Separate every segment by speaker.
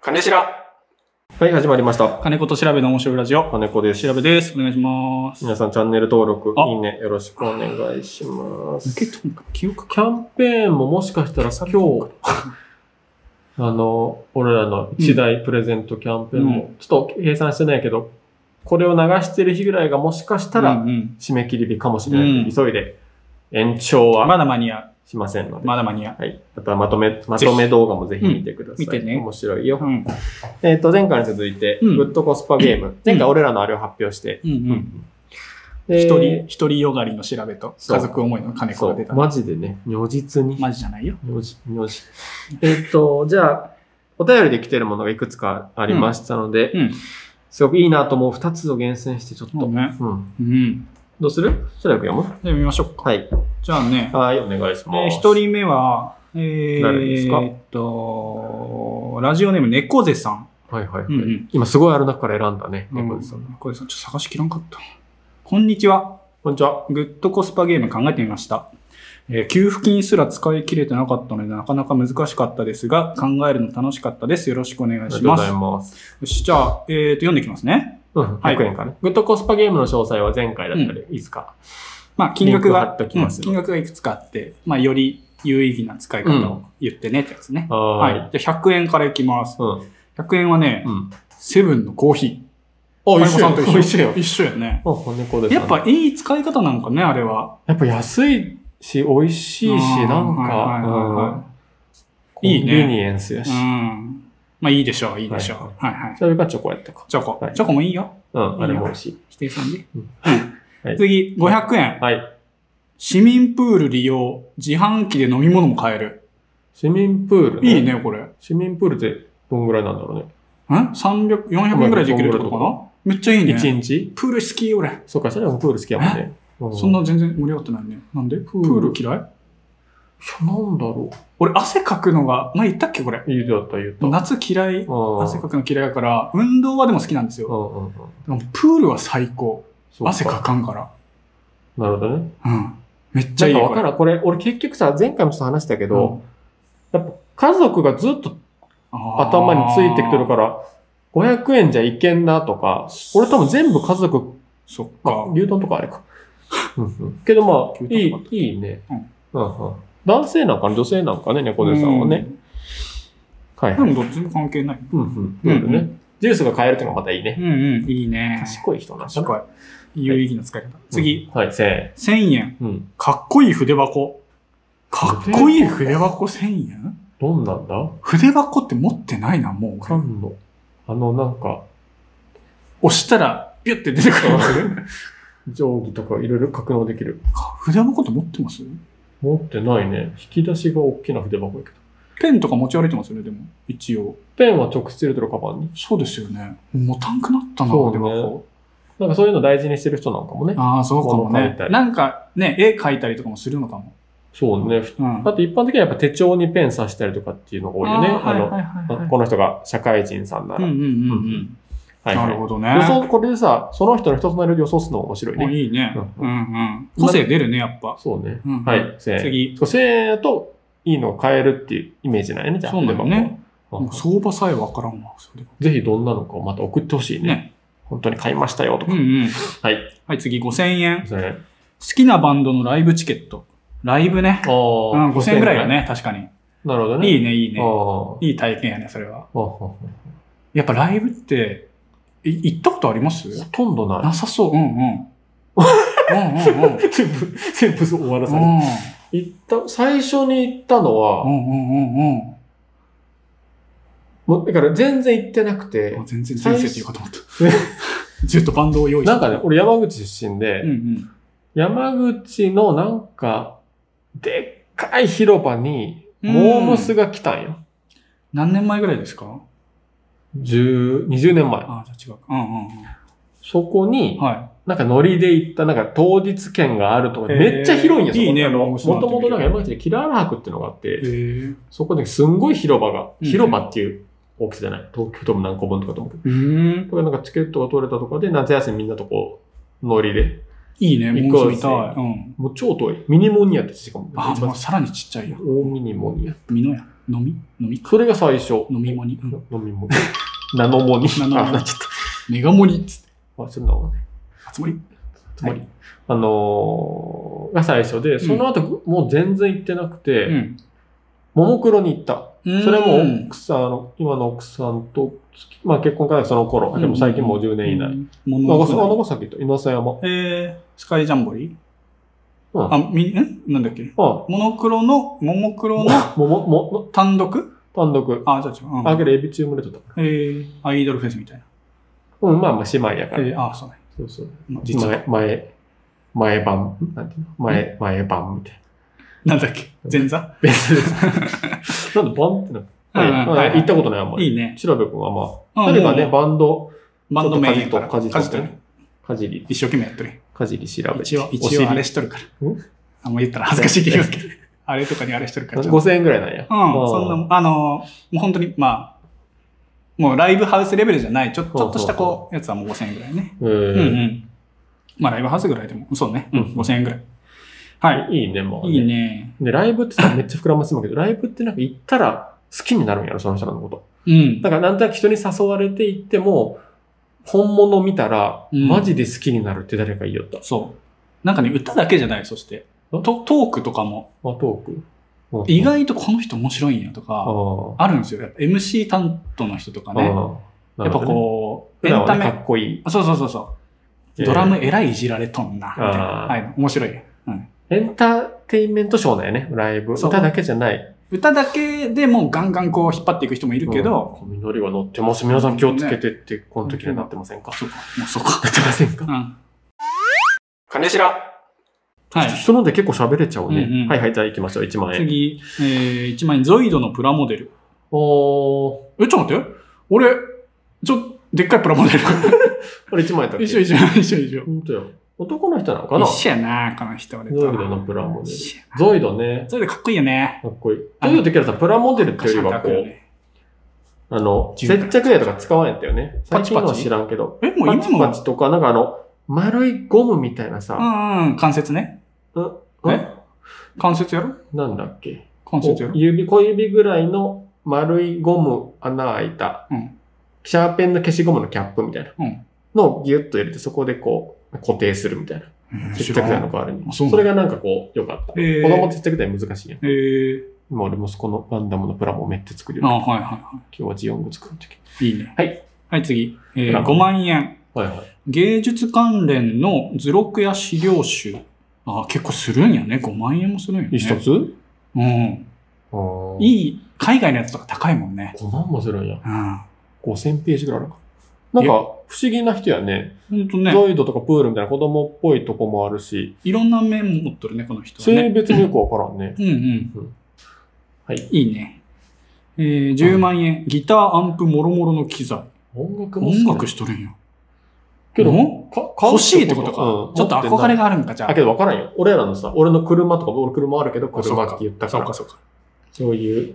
Speaker 1: 金しらはい、始まりました。
Speaker 2: 金子と調べの面白いラジオ。
Speaker 1: 金子です。
Speaker 2: 調べです。お願いします。
Speaker 1: 皆さん、チャンネル登録、
Speaker 2: あ
Speaker 1: いいね、よろしくお願いします。
Speaker 2: 受け取るか記憶
Speaker 1: キャンペーンももしかしたら今日、 あの、俺らの一大プレゼントキャンペーンも、
Speaker 2: う
Speaker 1: ちょっと計算してないけど、これを流してる日ぐらいがもしかした
Speaker 2: うん
Speaker 1: ら
Speaker 2: うん
Speaker 1: 締め切り日かもしれない、
Speaker 2: うん
Speaker 1: 急いで延長は
Speaker 2: まだ間に合う。
Speaker 1: しませんので。
Speaker 2: まだ間に合う。
Speaker 1: はい。またまとめ、まとめ動画もぜひ見てください。
Speaker 2: うん見てね
Speaker 1: 面白いよ。
Speaker 2: うん。
Speaker 1: えっ、と、前回に続いて、
Speaker 2: うん
Speaker 1: グッドコスパゲーム。前回俺らのあれを発表して、
Speaker 2: うんうん。
Speaker 1: で
Speaker 2: 一人、一人よがりの調べと、
Speaker 1: そう
Speaker 2: 家族思いの金子
Speaker 1: そ
Speaker 2: が出
Speaker 1: う、
Speaker 2: た。
Speaker 1: マジでね、如実に。
Speaker 2: マジじゃないよ。
Speaker 1: 如実、如実。えっ、と、じゃあ、お便りで来てるものがいくつかありましたので、
Speaker 2: うん。
Speaker 1: すごくいいなと思う2つを厳選してちょっと。
Speaker 2: そうね。
Speaker 1: うん。
Speaker 2: うん。
Speaker 1: どうするそれ読む
Speaker 2: で、見ましょうか。
Speaker 1: はい。
Speaker 2: じゃあね、
Speaker 1: はい、お願いし
Speaker 2: え
Speaker 1: ま
Speaker 2: ー
Speaker 1: す。
Speaker 2: 一人目は、えー
Speaker 1: 誰ですか
Speaker 2: えーっと、ラジオネーム猫背さん。
Speaker 1: はいはいはい。
Speaker 2: うんうん
Speaker 1: 今すごいある中から選んだね、猫背さん。
Speaker 2: 猫背さん、ちょっと探しきらんかった。こんにちは。
Speaker 1: こんにちは。
Speaker 2: グッドコスパゲーム考えてみました。えー給付金すら使い切れてなかったので、なかなか難しかったですが、考えるの楽しかったです。よろしくお願
Speaker 1: あり
Speaker 2: い
Speaker 1: が
Speaker 2: し
Speaker 1: とうご
Speaker 2: ま
Speaker 1: ざ
Speaker 2: す。
Speaker 1: います。
Speaker 2: よし、じゃあ、えー、と、読んでいきますね。
Speaker 1: うん、
Speaker 2: はい
Speaker 1: 100円かね。グッドコスパゲームの詳細は前回だったり、いつか。
Speaker 2: まあ、金
Speaker 1: リ
Speaker 2: 額
Speaker 1: ンク貼
Speaker 2: が
Speaker 1: っ、とき
Speaker 2: うん
Speaker 1: ます
Speaker 2: 金額がいくつかあって、まあ、より有意義な使い方を言ってねってやつね。
Speaker 1: は
Speaker 2: はい。じゃあ、100円からいきます。
Speaker 1: うん。
Speaker 2: 100円はね、
Speaker 1: うん。
Speaker 2: セブンのコーヒー。
Speaker 1: あ
Speaker 2: 金子さんと一緒
Speaker 1: 一緒よ。
Speaker 2: 一緒やね。
Speaker 1: あ、骨猫です、ね。
Speaker 2: やっぱ、いい使い方なんかね、あれは。
Speaker 1: やっぱ安いし、美味しいし、なん
Speaker 2: はいはいはいはい
Speaker 1: か、うん
Speaker 2: いいね
Speaker 1: コンビニエンスやし。
Speaker 2: うん。まあ、いいでしょう、いいでしょう。はいはい。
Speaker 1: それがチョコやったか。
Speaker 2: チョコ
Speaker 1: は。い
Speaker 2: チョコもいいよ。
Speaker 1: うん、あれも美味しい。
Speaker 2: 否定さんで。
Speaker 1: うん
Speaker 2: はい次、500円。
Speaker 1: はい。
Speaker 2: 市民プール利用、自販機で飲み物も買える。
Speaker 1: 市民プール、
Speaker 2: いい。ね、これ。ん
Speaker 1: 市民プールってどんぐらいなんだろうね。
Speaker 2: ?300、400円ぐらいできるってことか
Speaker 1: こんぐらい
Speaker 2: なめっちゃいいね。
Speaker 1: 一日
Speaker 2: プール好き、俺。
Speaker 1: そうか、それはプール好きやもんね。う
Speaker 2: そん。な全然盛り上がってないね。なんでプ
Speaker 1: ール
Speaker 2: ール嫌い
Speaker 1: いやなんだろ
Speaker 2: 俺、汗かくのが、前言ったっけ、これ。
Speaker 1: う。言うだった、言うた。
Speaker 2: 夏嫌い。
Speaker 1: うん
Speaker 2: 汗かくの嫌いだから、運動はでも好きなんです
Speaker 1: う
Speaker 2: よ。
Speaker 1: んうんうん。
Speaker 2: でもプールは最高。
Speaker 1: そう
Speaker 2: 汗か。かんから。
Speaker 1: なるほどね。
Speaker 2: うん。めっち
Speaker 1: じ
Speaker 2: ゃ
Speaker 1: ゃ
Speaker 2: いい
Speaker 1: あ、
Speaker 2: よ。
Speaker 1: わからん。これ、俺結局さ、前回もちょっと話したけ
Speaker 2: け。
Speaker 1: ど、、やっぱ家族がずっと頭についてきてるからら、500円じゃいけんなとか、俺多分全部家族、
Speaker 2: そっ
Speaker 1: あ
Speaker 2: か、。
Speaker 1: 牛丼とかあれ か。うんうんけどまあ、い
Speaker 2: 牛丼
Speaker 1: い、いいね。
Speaker 2: うん
Speaker 1: うんうん男性なんか女性なんかね、猫背さんはね。はい
Speaker 2: で
Speaker 1: はい。
Speaker 2: もどっちも関係ない。
Speaker 1: うんうん。そうだ
Speaker 2: うんう
Speaker 1: ね。ジュースが買えるってのがまたいいね
Speaker 2: う。んうん、いいね。
Speaker 1: 賢い人なんだ
Speaker 2: 確
Speaker 1: な。
Speaker 2: かに。有意義な使い方。次、
Speaker 1: うん。はい、せ
Speaker 2: 1000円。
Speaker 1: ーうん。
Speaker 2: かっこいい筆箱。かっこいい筆箱1000円
Speaker 1: どんなんだ
Speaker 2: 筆箱って持ってないな、もうこれ。
Speaker 1: 缶の。あの、なんか、
Speaker 2: 押したら、ビュって出てくるやつ。
Speaker 1: 定規とかいろいろ格納できる。
Speaker 2: か筆箱って持ってます
Speaker 1: 持ってないね。引き出しが大きな筆箱やけど。
Speaker 2: ペンとか持ち歩いてますよね、でも。一応。
Speaker 1: ペンは直接入れてるカバンに。
Speaker 2: そうですよね。持たんくなったな、
Speaker 1: そう
Speaker 2: 筆
Speaker 1: ね
Speaker 2: 箱。
Speaker 1: なんかそういうの大事にしてる人なんかもね。
Speaker 2: ああ、そうかも
Speaker 1: 物書
Speaker 2: ね
Speaker 1: いた。り
Speaker 2: なんかね、絵描いたりとかもするのかも。
Speaker 1: そうね。
Speaker 2: うん。
Speaker 1: あと一般的にはやっぱ手帳にペン刺したりとかっていうのが多いよね。
Speaker 2: あー
Speaker 1: あ
Speaker 2: はい
Speaker 1: の、
Speaker 2: はいはいはい
Speaker 1: あこの人が社会人さんな
Speaker 2: うん
Speaker 1: ら。
Speaker 2: うん
Speaker 1: は
Speaker 2: うんう。
Speaker 1: うんい
Speaker 2: なる
Speaker 1: は
Speaker 2: ほど
Speaker 1: い。
Speaker 2: ね。
Speaker 1: 予想、これでさ、その人の人となりを予想するのも面白い
Speaker 2: あ
Speaker 1: ね。
Speaker 2: いいね。
Speaker 1: う
Speaker 2: うんんうん。個性出るね、やっぱ。
Speaker 1: そうね
Speaker 2: うん。
Speaker 1: はい。せー
Speaker 2: 次。
Speaker 1: そう、せーと、いいのを変えるっていうイメージなんやね、じゃあ。
Speaker 2: そうだよね
Speaker 1: でも。
Speaker 2: もう相場さえわからんわ、それで。
Speaker 1: ぜひどんなのかをまた送ってほしいね。
Speaker 2: ね。
Speaker 1: 本当に買いましたよと
Speaker 2: う
Speaker 1: か。
Speaker 2: んうん。
Speaker 1: はい。
Speaker 2: はい、次、5000円。
Speaker 1: それ
Speaker 2: 好きなバンドのライブチケット。ライブね。
Speaker 1: ああ。
Speaker 2: うん、5000円ぐらいよ。ね、確かに。
Speaker 1: なるほどね。
Speaker 2: い
Speaker 1: い
Speaker 2: いね、いい
Speaker 1: あ
Speaker 2: ね。
Speaker 1: ー
Speaker 2: いい体験やね、それは。
Speaker 1: あー。ほ
Speaker 2: やっぱライブって、い行ったことあります
Speaker 1: とんどない。
Speaker 2: なさそう。 うんうん。うんうんうん。
Speaker 1: 全部、全部終わら
Speaker 2: うん
Speaker 1: れ行った、最初に行ったのは、
Speaker 2: うんうんうん
Speaker 1: もうだから全然行ってなく
Speaker 2: うん。
Speaker 1: て
Speaker 2: もう、全然先生っていうかと思った。 ずっとバンドを用意して。
Speaker 1: なんかね、俺山口出身で、
Speaker 2: うんうん。
Speaker 1: 山口のなんか、でっかい広場に、
Speaker 2: うん
Speaker 1: モームスが来たんよ。
Speaker 2: 何年前ぐらいですか
Speaker 1: 十、二20年前。
Speaker 2: ああ、じゃあ違うか。うんうんう
Speaker 1: そこに
Speaker 2: ん。、はい。
Speaker 1: なんかノリで行った、なんか当日券があるとか、
Speaker 2: へー
Speaker 1: めっちゃ広いんよ、そこ
Speaker 2: いいね
Speaker 1: あの
Speaker 2: モー
Speaker 1: も
Speaker 2: ムスなんて
Speaker 1: ともとなんか山口でキラーラークっていうのがあって、
Speaker 2: ええ。
Speaker 1: そこですんごい広場が、
Speaker 2: うん
Speaker 1: 広場っていう大きさじゃない。東京ドーム何個分とかと思うけど。
Speaker 2: うん。
Speaker 1: これなんかチケットが取れたとかで、夏休みみんなとこう、ノリで。
Speaker 2: いいね、
Speaker 1: 行
Speaker 2: もう
Speaker 1: こう
Speaker 2: 住みたい。うん。
Speaker 1: もう超遠い。ミニモニアってしかも。
Speaker 2: あ、もうさらにちっちゃいや。
Speaker 1: 大ミニモニア。
Speaker 2: 美濃や。飲み飲み
Speaker 1: それが最初。
Speaker 2: 飲みモニ、うん、
Speaker 1: 飲み物。 ナノモニ。
Speaker 2: ナノモニ
Speaker 1: あなっちゃっ
Speaker 2: メガモニっつって、
Speaker 1: た。あ、そんなのね。
Speaker 2: つまり、
Speaker 1: つまり、あのーが最初で、その後、もう全然行ってなくて、
Speaker 2: うん。
Speaker 1: ももクロに行った。そ
Speaker 2: そ
Speaker 1: れも奥さん、あの今の奥さんと付き、まあ結婚からその頃、でも最近もう10年以内。
Speaker 2: も
Speaker 1: まあ、長
Speaker 2: の、
Speaker 1: 崎と稲佐山。
Speaker 2: えー、スカイジャンボリー、
Speaker 1: うん
Speaker 2: あ、み、んなんだっけ
Speaker 1: あ
Speaker 2: モノクロの、モモクロの
Speaker 1: あ、も、も、も、
Speaker 2: 単独
Speaker 1: 単独。
Speaker 2: あ、じゃあ違う。うん
Speaker 1: あ、けどエビチュームレッドだっ
Speaker 2: えー、アイドルフェスみたいな。
Speaker 1: た。うん、まあまあ姉妹やから。
Speaker 2: えー、あ、そうね。
Speaker 1: そうそう。
Speaker 2: ま実は。
Speaker 1: 前、前、前晩、なんていうの前、前晩みたいな。
Speaker 2: なんだっけ前座
Speaker 1: 別です。なんで晩ってなんか、はい
Speaker 2: うんうん
Speaker 1: はい行ったことないあんまり。
Speaker 2: いいね。
Speaker 1: 調べ君はま
Speaker 2: あ
Speaker 1: あ、誰がね、
Speaker 2: もう
Speaker 1: バンド、
Speaker 2: バンド名やか
Speaker 1: ち
Speaker 2: ら。
Speaker 1: ょっとかじ
Speaker 2: 舵
Speaker 1: と
Speaker 2: 取る
Speaker 1: かじり、
Speaker 2: 一生懸命やっとる。
Speaker 1: かじり調べて。
Speaker 2: 一応、
Speaker 1: お
Speaker 2: 一
Speaker 1: 尻
Speaker 2: 応あれしとるから
Speaker 1: ん。
Speaker 2: あ、もう言ったら恥ずかしいけど、あれとかにあれしとるから。ちゃんと
Speaker 1: 5000円ぐらいなんや。うん
Speaker 2: うん、そんなもん、あの、もう本当に、まあ、もうライブハウスレベルじゃない、ちょちょっとした
Speaker 1: ほうほ
Speaker 2: こう、やつはもう5000円ぐらいね。
Speaker 1: う。
Speaker 2: うんうんん。まあライブハウスぐらいでも、そうね、うん、
Speaker 1: うん
Speaker 2: 5000円ぐらい。はい
Speaker 1: いいね、まあ。
Speaker 2: い。いい。ね。
Speaker 1: で、ライブってさ、めっちゃ膨らませてるけど、ライブってなんか行ったら好きになるんやろ、その人のこと。
Speaker 2: うん。
Speaker 1: だからなんとなく人に誘われて行っても、本物見たら、
Speaker 2: うん
Speaker 1: マジで好きになるって誰か言いよった。
Speaker 2: そう。なんかね、歌だけじゃない、そして。
Speaker 1: ん
Speaker 2: トトークとかも、
Speaker 1: まあ、トーク。うん
Speaker 2: 意外とこの人面白いんやと
Speaker 1: あ
Speaker 2: か、
Speaker 1: ー
Speaker 2: あるんですよ。やっぱ MC 担当の人とか
Speaker 1: あー。
Speaker 2: ね。
Speaker 1: なる
Speaker 2: やっぱ
Speaker 1: ほどね
Speaker 2: こう、
Speaker 1: 普
Speaker 2: エ
Speaker 1: 段
Speaker 2: ンタ
Speaker 1: はねか
Speaker 2: メ、
Speaker 1: っこいい。
Speaker 2: そうそうそうそう。ドラムえらいいじられとんな、みたいな。
Speaker 1: あー
Speaker 2: はい、面白い。うん。
Speaker 1: エンターテインメントショーだよね、ライブ。
Speaker 2: そう
Speaker 1: 歌だけじゃない。
Speaker 2: 歌だけでもうガンガンこう引っ張っていく人もいるけど、
Speaker 1: うん、実りは乗ってます。皆さん気をつけてって、この時になってま せんか、
Speaker 2: そうか、もうそうか。
Speaker 1: なってませんか
Speaker 2: うん。
Speaker 1: 金白
Speaker 2: はい。
Speaker 1: 人ので結構喋れちゃうね。
Speaker 2: うんうん
Speaker 1: はいはい、じゃあ行きましょう、1万円。
Speaker 2: 次、えー、1枚ゾイドのプラモデル。
Speaker 1: おー。
Speaker 2: え、ちょっと待って。俺、ちょ、でっかいプラモ デル。
Speaker 1: これ1万円だっけ
Speaker 2: 一緒一緒一緒一緒。
Speaker 1: 本当よ。男の人なのかなゾ
Speaker 2: 一緒やな、この人は。
Speaker 1: イドのプラモデル
Speaker 2: 一緒やな。
Speaker 1: イドね。
Speaker 2: ゾイドかっこいいよね。
Speaker 1: かっこいい。ゾイドって言ったらさ、プラモデルっていうよりはこ
Speaker 2: ガシャンって開くよ
Speaker 1: う、
Speaker 2: ね
Speaker 1: あの、接着剤とか使わないんだよね。
Speaker 2: パ
Speaker 1: 最
Speaker 2: チ
Speaker 1: 近
Speaker 2: パチ
Speaker 1: のは知らんけど。
Speaker 2: え、もう
Speaker 1: パ
Speaker 2: 今
Speaker 1: チパ
Speaker 2: も、
Speaker 1: チとか、なんかあの、丸いゴムみたいな
Speaker 2: う
Speaker 1: さ、
Speaker 2: んうん、関節ね。
Speaker 1: うん
Speaker 2: え関節やろ
Speaker 1: なんだっけ
Speaker 2: 関節やろ
Speaker 1: こう指、小指ぐらいの丸いゴム穴開いた、
Speaker 2: うん
Speaker 1: シャーペンの消しゴムのキャップみたいな、
Speaker 2: うん
Speaker 1: のをギュッと入れてそこでこう固定するみたいな。
Speaker 2: うん
Speaker 1: 接
Speaker 2: 知
Speaker 1: 着
Speaker 2: ら
Speaker 1: 剤の
Speaker 2: ん
Speaker 1: 代わりに。
Speaker 2: あそう
Speaker 1: そ
Speaker 2: なんだ
Speaker 1: れがなんかこう、良かった。
Speaker 2: えー
Speaker 1: 子供って接着剤難しいやん。
Speaker 2: えー、
Speaker 1: 今俺息子のガンダムのプラモめっちゃ作る
Speaker 2: あ、
Speaker 1: よ。
Speaker 2: はいはいは
Speaker 1: 今日はジオング作るとき。
Speaker 2: い。いいね。
Speaker 1: はい。
Speaker 2: はい、次。え
Speaker 1: プラ
Speaker 2: ー、
Speaker 1: モ
Speaker 2: 5万円。
Speaker 1: はいはい。
Speaker 2: 芸術関連の図録や資料集。ああ、結構するんやね。5万円もするんやね。
Speaker 1: 一つ
Speaker 2: うん。
Speaker 1: あー
Speaker 2: いい、海外のやつとか高いもんね。
Speaker 1: 5万もするんや。
Speaker 2: うん。
Speaker 1: 5000ページぐらいあるか。なんか、不思議な人やね。
Speaker 2: ほんとね、
Speaker 1: ゾイドとかプールみたいな子供っぽいとこもあるし、
Speaker 2: いろんな面持っとるね、この人は
Speaker 1: 性
Speaker 2: ね。
Speaker 1: 別によくわからんね。
Speaker 2: うんうん。
Speaker 1: はい。
Speaker 2: いいね。えー、10万円。ギター、アンプ、もろもろの機材。
Speaker 1: 音楽も好き
Speaker 2: 音
Speaker 1: な
Speaker 2: 楽しとるんや。
Speaker 1: けど、
Speaker 2: うん
Speaker 1: か買う
Speaker 2: 欲しいってことか。
Speaker 1: うん
Speaker 2: ちょっと憧れがあるんか、じゃあ。
Speaker 1: だけど分からんよ。俺らのさ、俺の車とか、俺車あるけど、
Speaker 2: あそう
Speaker 1: 車って言ったか
Speaker 2: そう
Speaker 1: ら
Speaker 2: か、。そうか。
Speaker 1: そういう。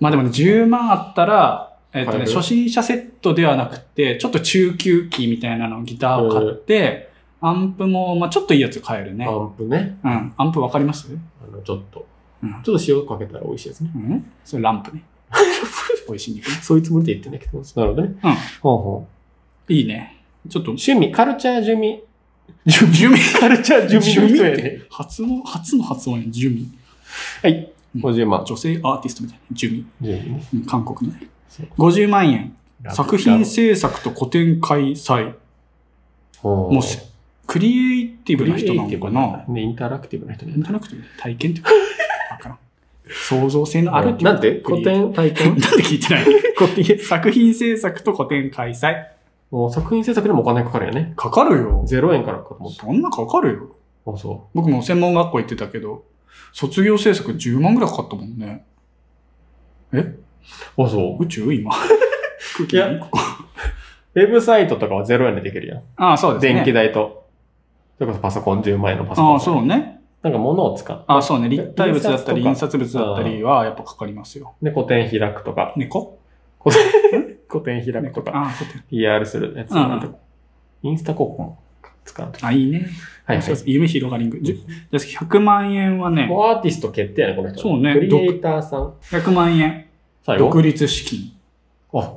Speaker 2: まあでもね、10万あったら、えっ、とね、
Speaker 1: 買える
Speaker 2: 初心者セットではなくて、ちょっと中級機みたいなのギターを買って、アンプも、まあちょっといいやつ買えるね
Speaker 1: ア。ンプね。
Speaker 2: うん。アンプわかります
Speaker 1: あの、ちょっと。
Speaker 2: うん
Speaker 1: ちょっと塩かけたら美味しいですね。
Speaker 2: うんそれラン プね。美味しい肉ね。
Speaker 1: そういうつもりで言ってないけど。なるほどね。
Speaker 2: うん
Speaker 1: ほうほう
Speaker 2: いいね。ちょっと、
Speaker 1: 趣味、カルチャー趣 味。
Speaker 2: ジュミ。ジュミ
Speaker 1: カルチャー
Speaker 2: ジュミ
Speaker 1: 人
Speaker 2: っ
Speaker 1: やね。
Speaker 2: て、初の、初の発音や、ジュミ。
Speaker 1: はい。
Speaker 2: うん
Speaker 1: 50万。
Speaker 2: 女性アーティストみたいな、ジュミ。
Speaker 1: 準備ね
Speaker 2: うん韓国のね
Speaker 1: そう。
Speaker 2: 50万円。
Speaker 1: ラブ
Speaker 2: 作品制作と個展開催。
Speaker 1: ほう
Speaker 2: もうせ、クリエイティブな人な
Speaker 1: クリエイティ
Speaker 2: のか
Speaker 1: ブ
Speaker 2: な
Speaker 1: な。ね、インタラクティブな人
Speaker 2: なん
Speaker 1: ね。
Speaker 2: となくて体験ってことわからん。創造性のあるって
Speaker 1: なんて古
Speaker 2: 古典。
Speaker 1: 典体験
Speaker 2: なんで聞いてない
Speaker 1: 古典。
Speaker 2: 作品制作と個展開催。
Speaker 1: もう作品制作にもお金かかるよね。
Speaker 2: かかるよ。
Speaker 1: 0円からかと思っ
Speaker 2: そんなかかるよ。
Speaker 1: た。あ、そう。
Speaker 2: 僕も専門学校行ってたけど、卒業制作10万ぐらいかかったもんね。
Speaker 1: あ、そう。
Speaker 2: 宇宙今。空気
Speaker 1: いや
Speaker 2: ここ
Speaker 1: ウェブサイトとかは0円でできるやん。
Speaker 2: ああ、そうですね。
Speaker 1: 電気代と。それこそパソコン10万円のパソコン。
Speaker 2: ああ、そうね。
Speaker 1: なんか物を使って。
Speaker 2: ああ、そうね。立体物だったり、印
Speaker 1: 印
Speaker 2: 刷物だったりはやっぱかかりますよ。
Speaker 1: で、個展開くとか、
Speaker 2: 猫
Speaker 1: 個展開く
Speaker 2: 猫
Speaker 1: とか、
Speaker 2: ああ、個展
Speaker 1: PR するやつなんて
Speaker 2: う
Speaker 1: インスタ広告も使うとか。
Speaker 2: あ、いいね。
Speaker 1: はいはい。
Speaker 2: そうです夢広がりんぐ。じゅじゃあ100万円はね、
Speaker 1: もうアーティスト決定やね、この人。
Speaker 2: そうね
Speaker 1: クリエイターさん。
Speaker 2: 100万円。
Speaker 1: 最後
Speaker 2: 独立資金。
Speaker 1: あ、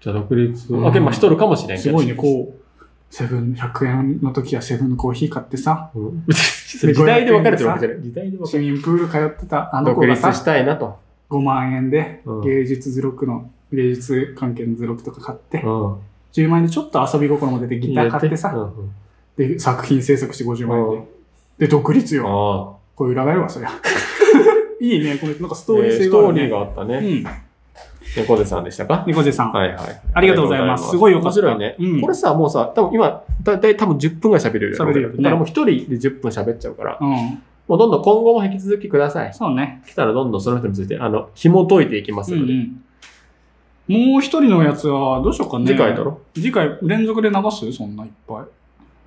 Speaker 1: じゃあ独立
Speaker 2: う
Speaker 1: を、
Speaker 2: ん
Speaker 1: あ、けまあしとるかもしれんけ
Speaker 2: す
Speaker 1: ど。
Speaker 2: ごいね、こう、セブン、100円の時はセブンのコーヒー買ってさ、
Speaker 1: う。ん、時代で分かれてるわけじゃない。時代で分か
Speaker 2: 市民プール通ってたあ
Speaker 1: れ
Speaker 2: の子
Speaker 1: 独
Speaker 2: が
Speaker 1: 立し
Speaker 2: さ、
Speaker 1: たいなと。
Speaker 2: 5万円で
Speaker 1: うん
Speaker 2: 芸術図録の、芸術関係の図録とか買って、
Speaker 1: うん。
Speaker 2: 10万円でちょっと遊び心も出てギター買って
Speaker 1: う
Speaker 2: さ、
Speaker 1: んうん
Speaker 2: で、作品制作して50万
Speaker 1: う
Speaker 2: 円で。で、独立
Speaker 1: あ
Speaker 2: よ。
Speaker 1: あ。
Speaker 2: これ裏返るわ、そ りゃ。いいね、これ、なんかストーリー
Speaker 1: え
Speaker 2: 性
Speaker 1: スト
Speaker 2: が
Speaker 1: ー
Speaker 2: ある、ね
Speaker 1: リーがあったね。
Speaker 2: が。うん。
Speaker 1: 猫背さんでしたか
Speaker 2: 猫背さん、
Speaker 1: はいはい。
Speaker 2: ありがとうございます。すごいよかった。
Speaker 1: 面白いね。
Speaker 2: うん。
Speaker 1: これさ、もうさ、多分今、だいたい多分10分ぐらい喋れるよね
Speaker 2: 喋れるよね
Speaker 1: だからもう一人で10分喋っちゃうから、
Speaker 2: うん。
Speaker 1: もうどんどん今後も引き続きください。
Speaker 2: そうね。
Speaker 1: 来たらどんどんその人について、あの、紐解いていきま
Speaker 2: う
Speaker 1: す
Speaker 2: ん
Speaker 1: ので、
Speaker 2: うん。もう一人のやつは、どうしようかね。
Speaker 1: 次回だろ
Speaker 2: 次回、連続で流すそんないっぱい。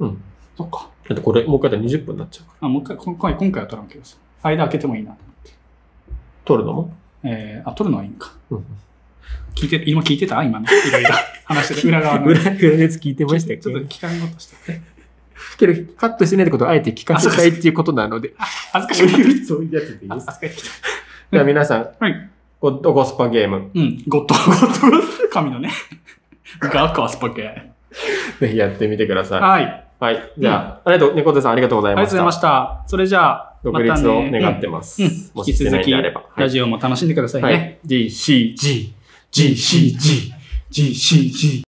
Speaker 1: うん。
Speaker 2: そっか。
Speaker 1: だってこれ、もう一回やったら20分になっちゃうから。
Speaker 2: あ、もう一回、今回、今回は取らんけどさ。間開けてもいいな。
Speaker 1: 撮るのも
Speaker 2: えー、あ、取るのはいいんか。
Speaker 1: うん
Speaker 2: 聞いて、今聞いてた今の。い ろいろ話してた裏側の。
Speaker 1: 裏やつ聞いてましたっ
Speaker 2: ちょっと期間ごとして。
Speaker 1: けど、カットしてないってことはあえて聞かせたいっていうことなので。
Speaker 2: 恥ずかしい。
Speaker 1: そういうやつでいい
Speaker 2: あ
Speaker 1: です。
Speaker 2: 恥ずかしい。
Speaker 1: では皆さん、
Speaker 2: はい
Speaker 1: ゴッドゴスパゲーム、
Speaker 2: うん、ゴッド、ゴッド、 神のね。ガーカースパケ。
Speaker 1: ぜひやってみてくださ
Speaker 2: はい。あ
Speaker 1: い。はい。じゃあ、ありがとう、猫手さんありがとうござい
Speaker 2: りがとう
Speaker 1: ま
Speaker 2: ご
Speaker 1: し
Speaker 2: ざい
Speaker 1: た。
Speaker 2: ました。それじゃあ、
Speaker 1: 独立を願って
Speaker 2: ま
Speaker 1: ます。
Speaker 2: たねうん
Speaker 1: もし
Speaker 2: 引き
Speaker 1: してな
Speaker 2: 続
Speaker 1: いん
Speaker 2: き、
Speaker 1: であれば。
Speaker 2: ラジオも楽しんでくださいね。
Speaker 1: はい。DCG、GCG、GCG。